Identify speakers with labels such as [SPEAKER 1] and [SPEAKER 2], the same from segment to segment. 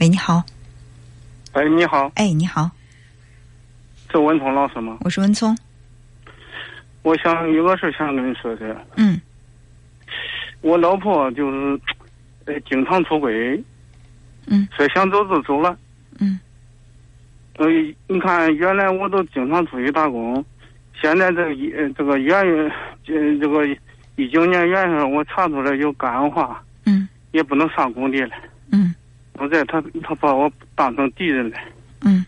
[SPEAKER 1] 喂，你好，
[SPEAKER 2] 喂，你好，
[SPEAKER 1] 哎，你好，
[SPEAKER 2] 这文彤老师吗？
[SPEAKER 1] 我是文聪，
[SPEAKER 2] 我想有个事儿想跟你说说。
[SPEAKER 1] 嗯
[SPEAKER 2] 我老婆就是，呃，经常出轨，
[SPEAKER 1] 嗯
[SPEAKER 2] 说想走就走了。
[SPEAKER 1] 嗯
[SPEAKER 2] 呃，你看，原来我都经常出去打工，现在这一呃这个元月，这这个一九年元月份我查出来有肝硬化，
[SPEAKER 1] 嗯
[SPEAKER 2] 也不能上工地了。
[SPEAKER 1] 嗯
[SPEAKER 2] 现在他他把我当成敌人了，
[SPEAKER 1] 嗯，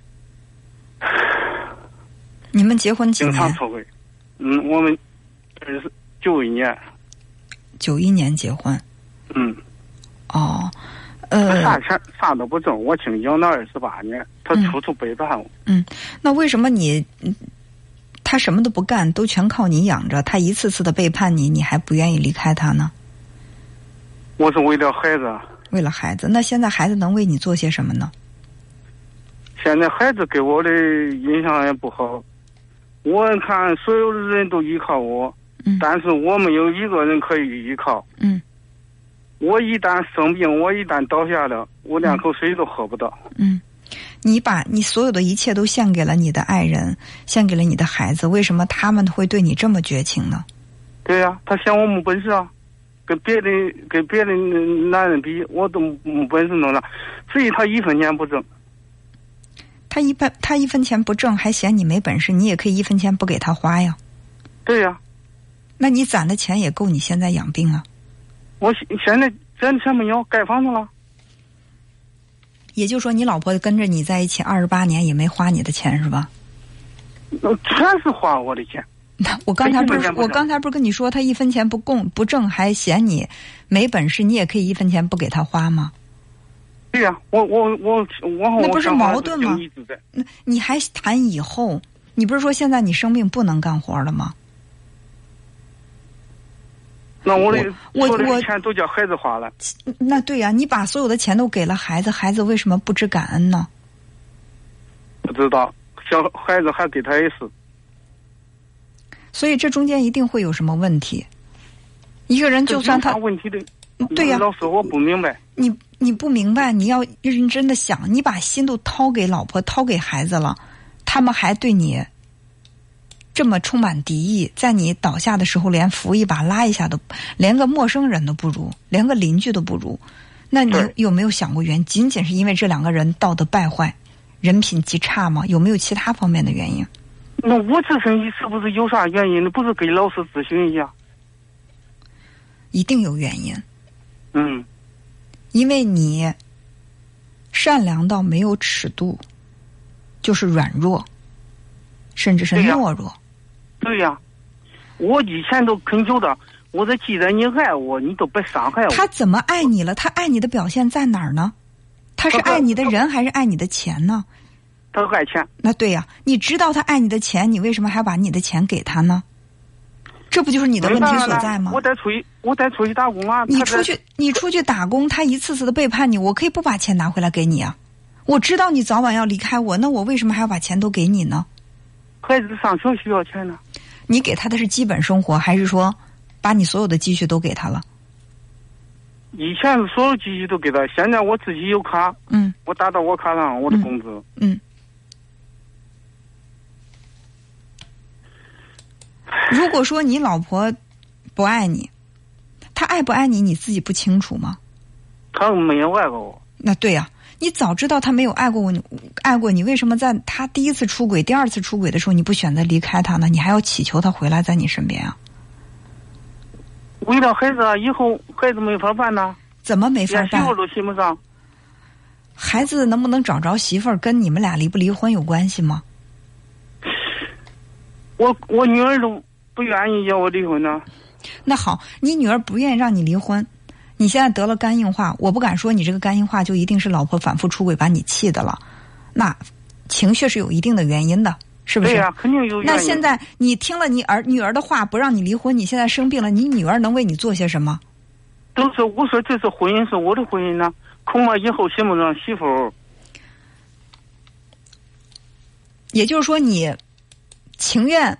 [SPEAKER 1] 你们结婚几
[SPEAKER 2] 经常
[SPEAKER 1] 年？
[SPEAKER 2] 出轨。嗯，我们二十九一年，
[SPEAKER 1] 九一年结婚，
[SPEAKER 2] 嗯。
[SPEAKER 1] 哦，
[SPEAKER 2] 他啥
[SPEAKER 1] 呃，
[SPEAKER 2] 钱啥都不挣，我听养到二十八年，他
[SPEAKER 1] 嗯
[SPEAKER 2] 处处背叛我。
[SPEAKER 1] 那为什么你嗯他什么都不干，都全靠你养着？他一次次的背叛你，你还不愿意离开他呢？
[SPEAKER 2] 我是为了孩子，
[SPEAKER 1] 为了孩子，那现在孩子能为你做些什么呢？
[SPEAKER 2] 现在孩子给我的印象也不好。我看所有的人都依靠我，
[SPEAKER 1] 嗯
[SPEAKER 2] 但是我没有一个人可以依靠。
[SPEAKER 1] 嗯
[SPEAKER 2] 我一旦生病，我一旦倒下了，我连
[SPEAKER 1] 嗯
[SPEAKER 2] 口水都喝不到。
[SPEAKER 1] 嗯，你把你所有的一切都献给了你的爱人，献给了你的孩子，为什么他们会对你这么绝情呢？
[SPEAKER 2] 对呀、他嫌我没本事啊，跟别的跟别的男人比，我都没本事弄了，所以他一分钱不挣。
[SPEAKER 1] 他一般他一分钱不挣，还嫌你没本事，你也可以一分钱不给他花呀。
[SPEAKER 2] 对呀、
[SPEAKER 1] 那你攒的钱也够你现在养病啊，
[SPEAKER 2] 我现现在咱钱没有，盖房子了。
[SPEAKER 1] 也就是说你老婆跟着你在一起二十八年也没花你的钱是吧？
[SPEAKER 2] 那全呃是花我的钱。
[SPEAKER 1] 那我刚才 不
[SPEAKER 2] 一分
[SPEAKER 1] 是
[SPEAKER 2] 钱不
[SPEAKER 1] 我
[SPEAKER 2] 挣
[SPEAKER 1] 刚才不是跟你说他一分钱不供不挣，还嫌你没本事，你也可以一分钱不给他花吗？
[SPEAKER 2] 对呀、我我我我
[SPEAKER 1] 那不是矛盾吗
[SPEAKER 2] 我想法一直在
[SPEAKER 1] 那你还谈以后？你不是说现在你生病不能干活了吗？
[SPEAKER 2] 那我的
[SPEAKER 1] 我
[SPEAKER 2] 所有
[SPEAKER 1] 我
[SPEAKER 2] 的钱都叫孩子花了。
[SPEAKER 1] 那对呀、你把所有的钱都给了孩子，孩子为什么不知感恩呢？
[SPEAKER 2] 不知道小孩子还给他一次，
[SPEAKER 1] 所以这中间一定会有什么问题。一个人就算
[SPEAKER 2] 这有
[SPEAKER 1] 他
[SPEAKER 2] 啥问题的，
[SPEAKER 1] 嗯对呀、
[SPEAKER 2] 嗯老师我不明白。
[SPEAKER 1] 你你不明白，你要认真的想，你把心都掏给老婆、掏给孩子了，他们还对你这么充满敌意，在你倒下的时候，连扶一把、拉一下都，连个陌生人都不如，连个邻居都不如。那你
[SPEAKER 2] 对
[SPEAKER 1] 有没有想过原因？仅仅是因为这两个人道德败坏、人品极差吗？有没有其他方面的原因？
[SPEAKER 2] 那我自身是不是有啥原因？不是给老师咨询一下？
[SPEAKER 1] 一定有原因。
[SPEAKER 2] 嗯，
[SPEAKER 1] 因为你善良到没有尺度，就是软弱，甚至是
[SPEAKER 2] 对呀
[SPEAKER 1] 懦弱。
[SPEAKER 2] 对呀、我以前都恳求他，我说既然你爱我，你都别伤害我。
[SPEAKER 1] 他怎么爱你了？他爱你的表现在哪儿呢？他是
[SPEAKER 2] 他
[SPEAKER 1] 爱你的人还是爱你的钱呢？
[SPEAKER 2] 他爱钱，
[SPEAKER 1] 那对呀、你知道他爱你的钱，你为什么还把你的钱给他呢？这不就是你
[SPEAKER 2] 你
[SPEAKER 1] 的问题所在吗
[SPEAKER 2] 我？得出去，我得出去打工啊。
[SPEAKER 1] 你
[SPEAKER 2] 他在
[SPEAKER 1] 出去，你出去打工，他一次次的背叛你，我可以不把钱拿回来给你啊！我知道你早晚要离开我，那我为什么还要把钱都给你呢？
[SPEAKER 2] 孩子上学需要钱呢。
[SPEAKER 1] 你给他的是基本生活，还是说把你所有的积蓄都给他了？
[SPEAKER 2] 以前是所有积蓄都给他，现在我自己有卡，
[SPEAKER 1] 嗯
[SPEAKER 2] 我打到我卡上我的
[SPEAKER 1] 嗯
[SPEAKER 2] 工资。
[SPEAKER 1] 嗯。如果说你老婆不爱你，她爱不爱你你自己不清楚吗？
[SPEAKER 2] 他没有爱过我，
[SPEAKER 1] 那对呀、你早知道她没有爱过我，你爱过你，为什么在她第一次出轨、第二次出轨的时候你不选择离开她呢？你还要祈求她回来在你身边啊？
[SPEAKER 2] 为了孩子啊，以后孩子没法办呐，
[SPEAKER 1] 怎么没法
[SPEAKER 2] 连媳
[SPEAKER 1] 办？
[SPEAKER 2] 妇都寻不上。
[SPEAKER 1] 孩子能不能找着媳妇儿，跟你们俩离不离婚有关系吗？
[SPEAKER 2] 我我女儿都不愿意要我离婚呢。
[SPEAKER 1] 那好，你女儿不愿意让你离婚，你现在得了肝硬化，我不敢说你这个肝硬化就一定是老婆反复出轨把你气的了，那情绪是有一定的原因的，是不
[SPEAKER 2] 对
[SPEAKER 1] 是？
[SPEAKER 2] 呀、肯定有原因。
[SPEAKER 1] 那现在你听了你儿女儿的话，不让你离婚，你现在生病了，你女儿能为你做些什么？
[SPEAKER 2] 都是我说这次婚姻是我的婚姻呢，恐怕以后寻不上媳妇儿。
[SPEAKER 1] 也就是说，你情愿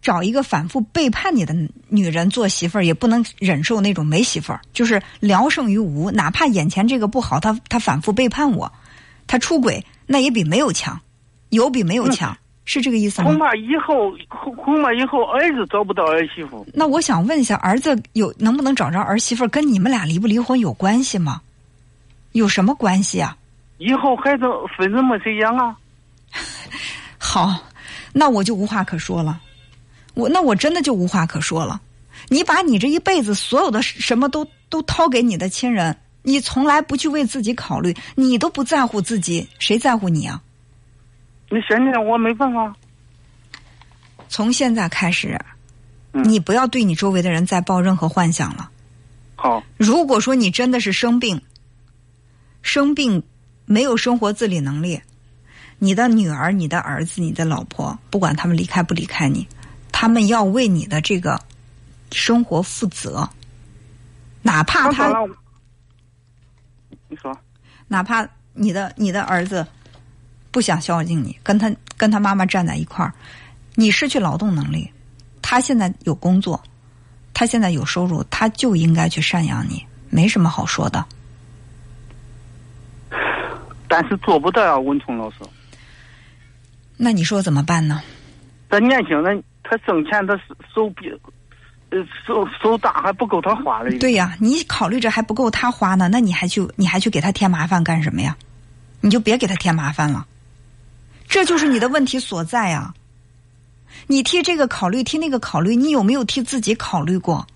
[SPEAKER 1] 找一个反复背叛你的女人做媳妇儿，也不能忍受那种没媳妇儿，就是聊胜于无。哪怕眼前这个不好，他他反复背叛我，他出轨那也比没有强，有比没有强，是这个意思吗
[SPEAKER 2] 恐？怕以后恐恐怕以后儿子找不到儿媳妇，
[SPEAKER 1] 那我想问一下，儿子有能不能找着儿媳妇儿，跟你们俩离不离婚有关系吗？有什么关系啊？
[SPEAKER 2] 以后孩子分什么谁养啊？
[SPEAKER 1] 好，那我就无话可说了。我那我真的就无话可说了。你把你这一辈子所有的什么都都掏给你的亲人，你从来不去为自己考虑，你都不在乎自己，谁在乎你啊？
[SPEAKER 2] 你现在我没办法，
[SPEAKER 1] 从现在开始，
[SPEAKER 2] 嗯
[SPEAKER 1] 你不要对你周围的人再抱任何幻想了。
[SPEAKER 2] 好，
[SPEAKER 1] 如果说你真的是生病，生病没有生活自理能力，你的女儿、你的儿子、你的老婆，不管他们离开不离开你，他们要为你的这个生活负责，哪怕
[SPEAKER 2] 我说
[SPEAKER 1] 他
[SPEAKER 2] 了，你说
[SPEAKER 1] 哪怕你的你的儿子不想孝敬你，跟他跟他妈妈站在一块儿，你失去劳动能力，他现在有工作，他现在有收入，他就应该去赡养你，没什么好说的。
[SPEAKER 2] 但是做不到啊，文聪老师。
[SPEAKER 1] 那你说怎么办呢？
[SPEAKER 2] 他年轻人，他挣钱，他手手比，呃，手手大还不够他花的。，
[SPEAKER 1] 对呀，你考虑着还不够他花呢，那你还去你还去给他添麻烦干什么呀？你就别给他添麻烦了，这就是你的问题所在啊！你替这个考虑，替那个考虑，你有没有替自己考虑过？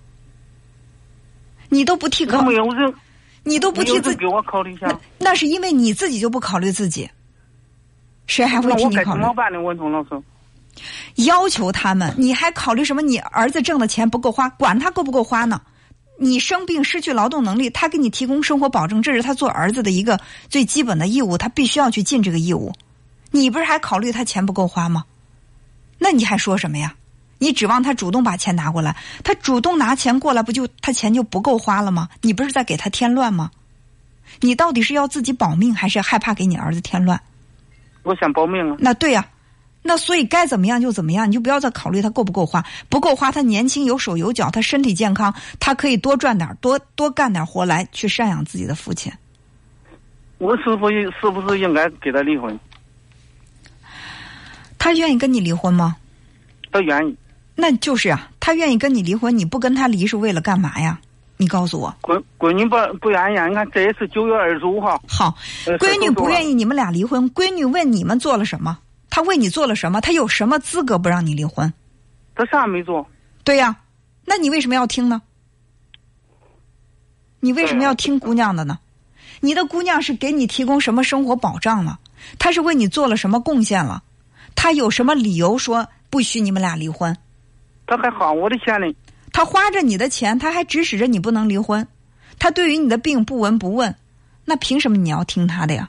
[SPEAKER 1] 你都不替
[SPEAKER 2] 那
[SPEAKER 1] 考
[SPEAKER 2] 没，有人，
[SPEAKER 1] 你都不
[SPEAKER 2] 没有
[SPEAKER 1] 替自
[SPEAKER 2] 人
[SPEAKER 1] 己，
[SPEAKER 2] 给我考虑一下，
[SPEAKER 1] 那那是因为你自己就不考虑自己，谁还会
[SPEAKER 2] 那
[SPEAKER 1] 替
[SPEAKER 2] 我
[SPEAKER 1] 你
[SPEAKER 2] 该
[SPEAKER 1] 考
[SPEAKER 2] 怎
[SPEAKER 1] 虑？
[SPEAKER 2] 么办呢？文聪老师，
[SPEAKER 1] 要求他们，你还考虑什么？你儿子挣的钱不够花，管他够不够花呢？你生病失去劳动能力，他给你提供生活保证，这是他做儿子的一个最基本的义务，他必须要去尽这个义务。你不是还考虑他钱不够花吗？那你还说什么呀？你指望他主动把钱拿过来，他主动拿钱过来，不就他钱就不够花了吗？你不是在给他添乱吗？你到底是要自己保命，还是害怕给你儿子添乱？
[SPEAKER 2] 我先保命啊。
[SPEAKER 1] 那对呀、那所以该怎么样就怎么样，你就不要再考虑他够不够花，不够花，他年轻有手有脚，他身体健康，他可以多赚点儿，多多干点活来去赡养自己的父亲。
[SPEAKER 2] 我是不是是不是应该给他离婚？
[SPEAKER 1] 他愿意跟你离婚吗？
[SPEAKER 2] 他愿意，
[SPEAKER 1] 那就是啊，他愿意跟你离婚，你不跟他离是为了干嘛呀？你告诉我，
[SPEAKER 2] 闺闺女不不愿意。你看，这也是九月二十五号。
[SPEAKER 1] 好，
[SPEAKER 2] 呃
[SPEAKER 1] 闺女不愿
[SPEAKER 2] 意。
[SPEAKER 1] 意你们俩离婚，闺女问你们做了什么，她为你做了什么，她有什么资格不让你离婚？
[SPEAKER 2] 他啥也没做？
[SPEAKER 1] 对呀、那你为什么要听呢？你为什么要听姑娘的呢？你的姑娘是给你提供什么生活保障了？她是为你做了什么贡献了？她有什么理由说不许你们俩离婚？
[SPEAKER 2] 他还花我的钱呢。
[SPEAKER 1] 她花着你的钱，她还指使着你不能离婚，她对于你的病不闻不问，那凭什么你要听她的呀？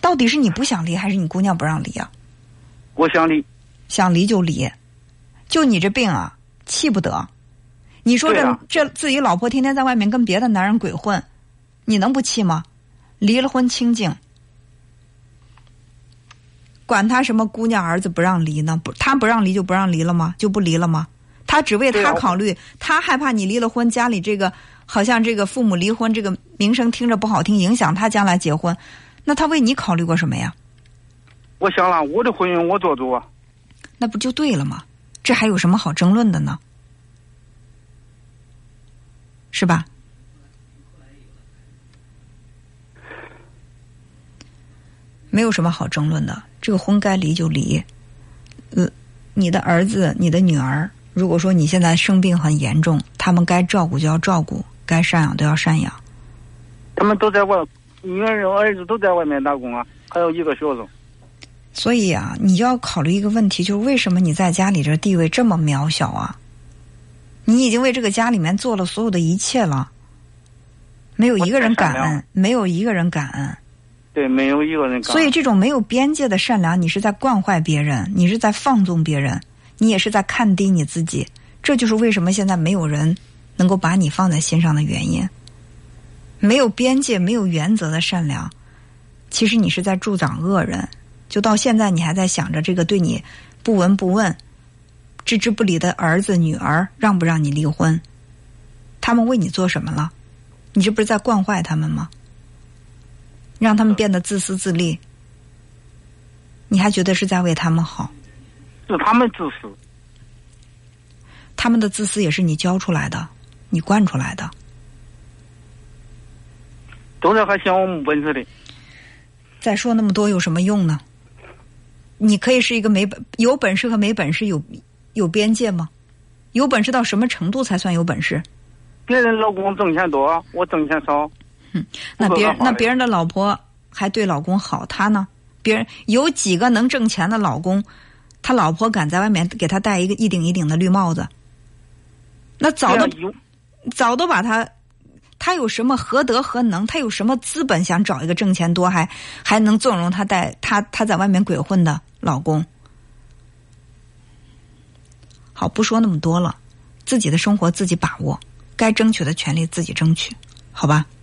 [SPEAKER 1] 到底是你不想离，还是你姑娘不让离啊？
[SPEAKER 2] 我想离。
[SPEAKER 1] 想离就离，就你这病啊，气不得。你说
[SPEAKER 2] 对
[SPEAKER 1] 这、
[SPEAKER 2] 啊
[SPEAKER 1] 这自己老婆天天在外面跟别的男人鬼混，你能不气吗？离了婚清静，管他什么姑娘儿子不让离呢？不，他不让离就不让离了吗？就不离了吗？他只为
[SPEAKER 2] 对
[SPEAKER 1] 他
[SPEAKER 2] 啊
[SPEAKER 1] 考虑，他害怕你离了婚，家里这个好像这个父母离婚这个名声听着不好听，影响他将来结婚。那他为你考虑过什么呀？
[SPEAKER 2] 我想了，我的婚姻我做主啊。
[SPEAKER 1] 那不就对了吗？这还有什么好争论的呢？是吧？没有什么好争论的，这个婚该离就离。呃，你的儿子、你的女儿，如果说你现在生病很严重，他们该照顾就要照顾，该赡养都要赡养。
[SPEAKER 2] 他们都在外，女儿儿子都在外面打工啊，还有一个学生。
[SPEAKER 1] 所以啊，你就要考虑一个问题，就是为什么你在家里这地位这么渺小啊？你已经为这个家里面做了所有的一切了，没有一个人感
[SPEAKER 2] 我太善良
[SPEAKER 1] 恩，没有一个人感恩。
[SPEAKER 2] 对，没有一个人敢。
[SPEAKER 1] 所以这种没有边界的善良，你是在惯坏别人，你是在放纵别人，你也是在看低你自己。这就是为什么现在没有人能够把你放在心上的原因。没有边界、没有原则的善良，其实你是在助长恶人。就到现在，你还在想着这个对你不闻不问、置之不理的儿子、女儿让不让你离婚？他们为你做什么了？你这不是在惯坏他们吗？让他们变得自私自利，你还觉得是在为他们好？
[SPEAKER 2] 是他们自私。
[SPEAKER 1] 他们的自私也是你教出来的，你惯出来的。
[SPEAKER 2] 都是还像我母本似的，
[SPEAKER 1] 再说那么多有什么用呢？你可以是一个没本有本事和没本事有有边界吗？有本事到什么程度才算有本事？
[SPEAKER 2] 别人老公挣钱多，我挣钱少。
[SPEAKER 1] 那别人
[SPEAKER 2] 不可能好
[SPEAKER 1] 那
[SPEAKER 2] 的
[SPEAKER 1] 别人的老婆还对老公好，他呢？别人有几个能挣钱的老公，他老婆敢在外面给他戴一个一顶一顶的绿帽子？那早都
[SPEAKER 2] 对啊有
[SPEAKER 1] 早都把他，他有什么何德何能？他有什么资本想找一个挣钱多还还能纵容他带他他在外面鬼混的老公？好，不说那么多了，自己的生活自己把握，该争取的权利自己争取，好吧？
[SPEAKER 2] 哦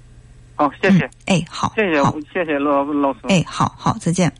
[SPEAKER 2] 好，谢谢，
[SPEAKER 1] 嗯，哎，好，
[SPEAKER 2] 谢谢
[SPEAKER 1] 好，，
[SPEAKER 2] 谢谢老老师。
[SPEAKER 1] 哎，好好，再见。